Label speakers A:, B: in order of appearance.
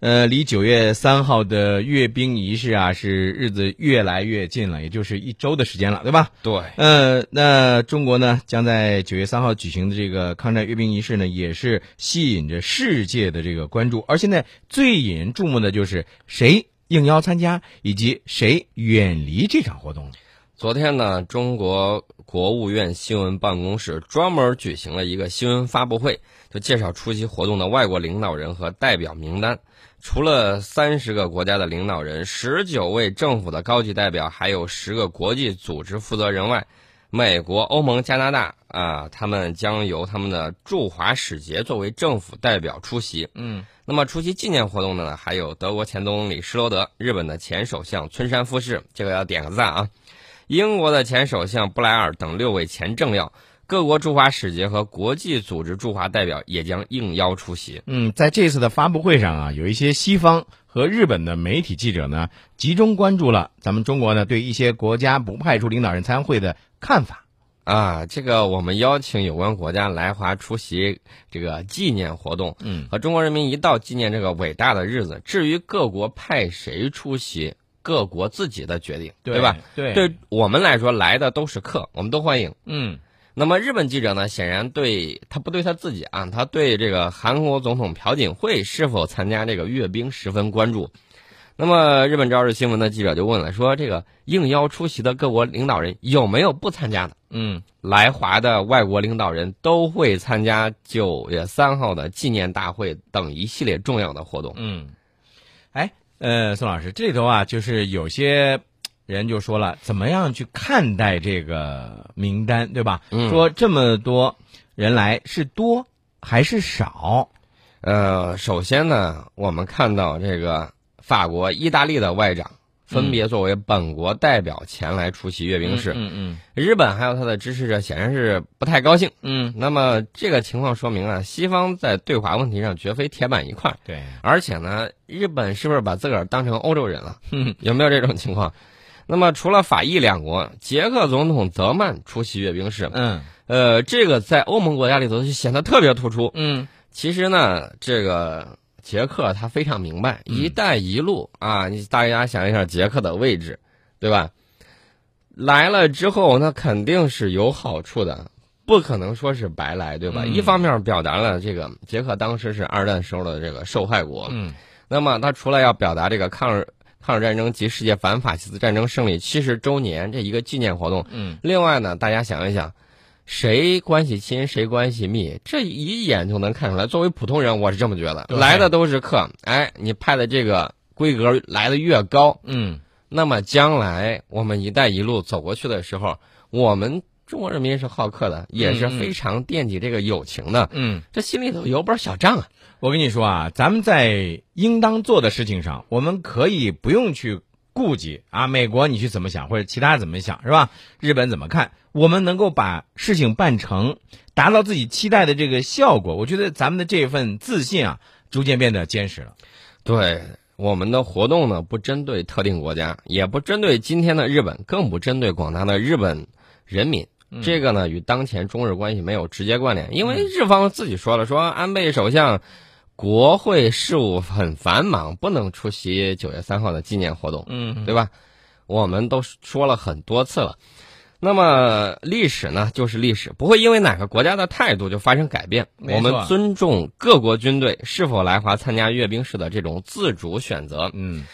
A: 呃，离九月三号的阅兵仪式啊，是日子越来越近了，也就是一周的时间了，对吧？
B: 对，
A: 呃，那中国呢，将在九月三号举行的这个抗战阅兵仪式呢，也是吸引着世界的这个关注。而现在最引人注目的就是谁应邀参加，以及谁远离这场活动了。
B: 昨天呢，中国国务院新闻办公室专门举行了一个新闻发布会，就介绍出席活动的外国领导人和代表名单。除了三十个国家的领导人、十九位政府的高级代表，还有十个国际组织负责人外，美国、欧盟、加拿大啊，他们将由他们的驻华使节作为政府代表出席。
A: 嗯，
B: 那么出席纪念活动的呢，还有德国前总统李施罗德、日本的前首相村山富士，这个要点个赞啊。英国的前首相布莱尔等六位前政要，各国驻华使节和国际组织驻华代表也将应邀出席。
A: 嗯，在这次的发布会上啊，有一些西方和日本的媒体记者呢，集中关注了咱们中国呢对一些国家不派出领导人参会的看法。
B: 啊，这个我们邀请有关国家来华出席这个纪念活动，
A: 嗯，
B: 和中国人民一道纪念这个伟大的日子。至于各国派谁出席，各国自己的决定，对吧？？
A: 对
B: 对我们来说，来的都是客，我们都欢迎。
A: 嗯
B: 那么日本记者呢，显然对他不对他自己啊，他对这个韩国总统朴槿惠是否参加这个阅兵十分关注。那么日本朝日新闻的记者就问了，说这个应邀出席的各国领导人有没有不参加的？
A: 嗯
B: 来华的外国领导人都会参加九月三号的纪念大会等一系列重要的活动。
A: 嗯。哎，呃，宋老师，这里头啊，就是有些人就说了，怎么样去看待这个名单，对吧？
B: 嗯
A: 说这么多人来是多还是少？
B: 呃，首先呢，我们看到这个法国、意大利的外长分别作为本国代表前来出席阅兵式。
A: 嗯嗯
B: 日本还有他的支持者显然是不太高兴。
A: 嗯，
B: 那么这个情况说明啊，西方在对华问题上绝非铁板一块，
A: 对，
B: 而且呢，日本是不是把自个儿当成欧洲人了
A: 嗯？
B: 有没有这种情况？那么除了法意两国，捷克总统泽曼出席阅兵式，
A: 嗯
B: 呃，这个在欧盟国家里头就显得特别突出。
A: 嗯
B: 其实呢，这个捷克他非常明白“
A: 嗯
B: 一带一路”啊，你大家想一想捷克的位置，对吧？来了之后，那肯定是有好处的，不可能说是白来，对吧？
A: 嗯
B: 一方面表达了这个捷克当时是二战时候的这个受害国，
A: 嗯
B: 那么他除了要表达这个抗日抗日战争及世界反法西斯战争胜利七十周年这一个纪念活动，
A: 嗯，
B: 另外呢，大家想一想，谁关系亲，谁关系密，这一眼就能看出来。作为普通人，我是这么觉得，
A: 对
B: 来的都是客，哎，你派的这个规格来的越高，
A: 嗯
B: 那么将来我们“一带一路”走过去的时候，我们中国人民是好客的，也是
A: 嗯嗯
B: 非常惦记这个友情的，
A: 嗯，
B: 这心里头有本小账啊。
A: 我跟你说啊，咱们在应当做的事情上，我们可以不用去顾及啊，美国你去怎么想，或者其他怎么想，是吧？日本怎么看？我们能够把事情办成，达到自己期待的这个效果，我觉得咱们的这份自信啊，逐渐变得坚实了。
B: 对。我们的活动呢，不针对特定国家，也不针对今天的日本，更不针对广大的日本人民。
A: 嗯
B: 这个呢，与当前中日关系没有直接关联，因为日方自己说了，说安倍首相国会事务很繁忙，不能出席九月三号的纪念活动，
A: 嗯
B: 对吧？我们都说了很多次了。那么历史呢，就是历史，不会因为哪个国家的态度就发生改变。
A: 没错啊
B: 我们尊重各国军队是否来华参加阅兵式的这种自主选择。
A: 嗯。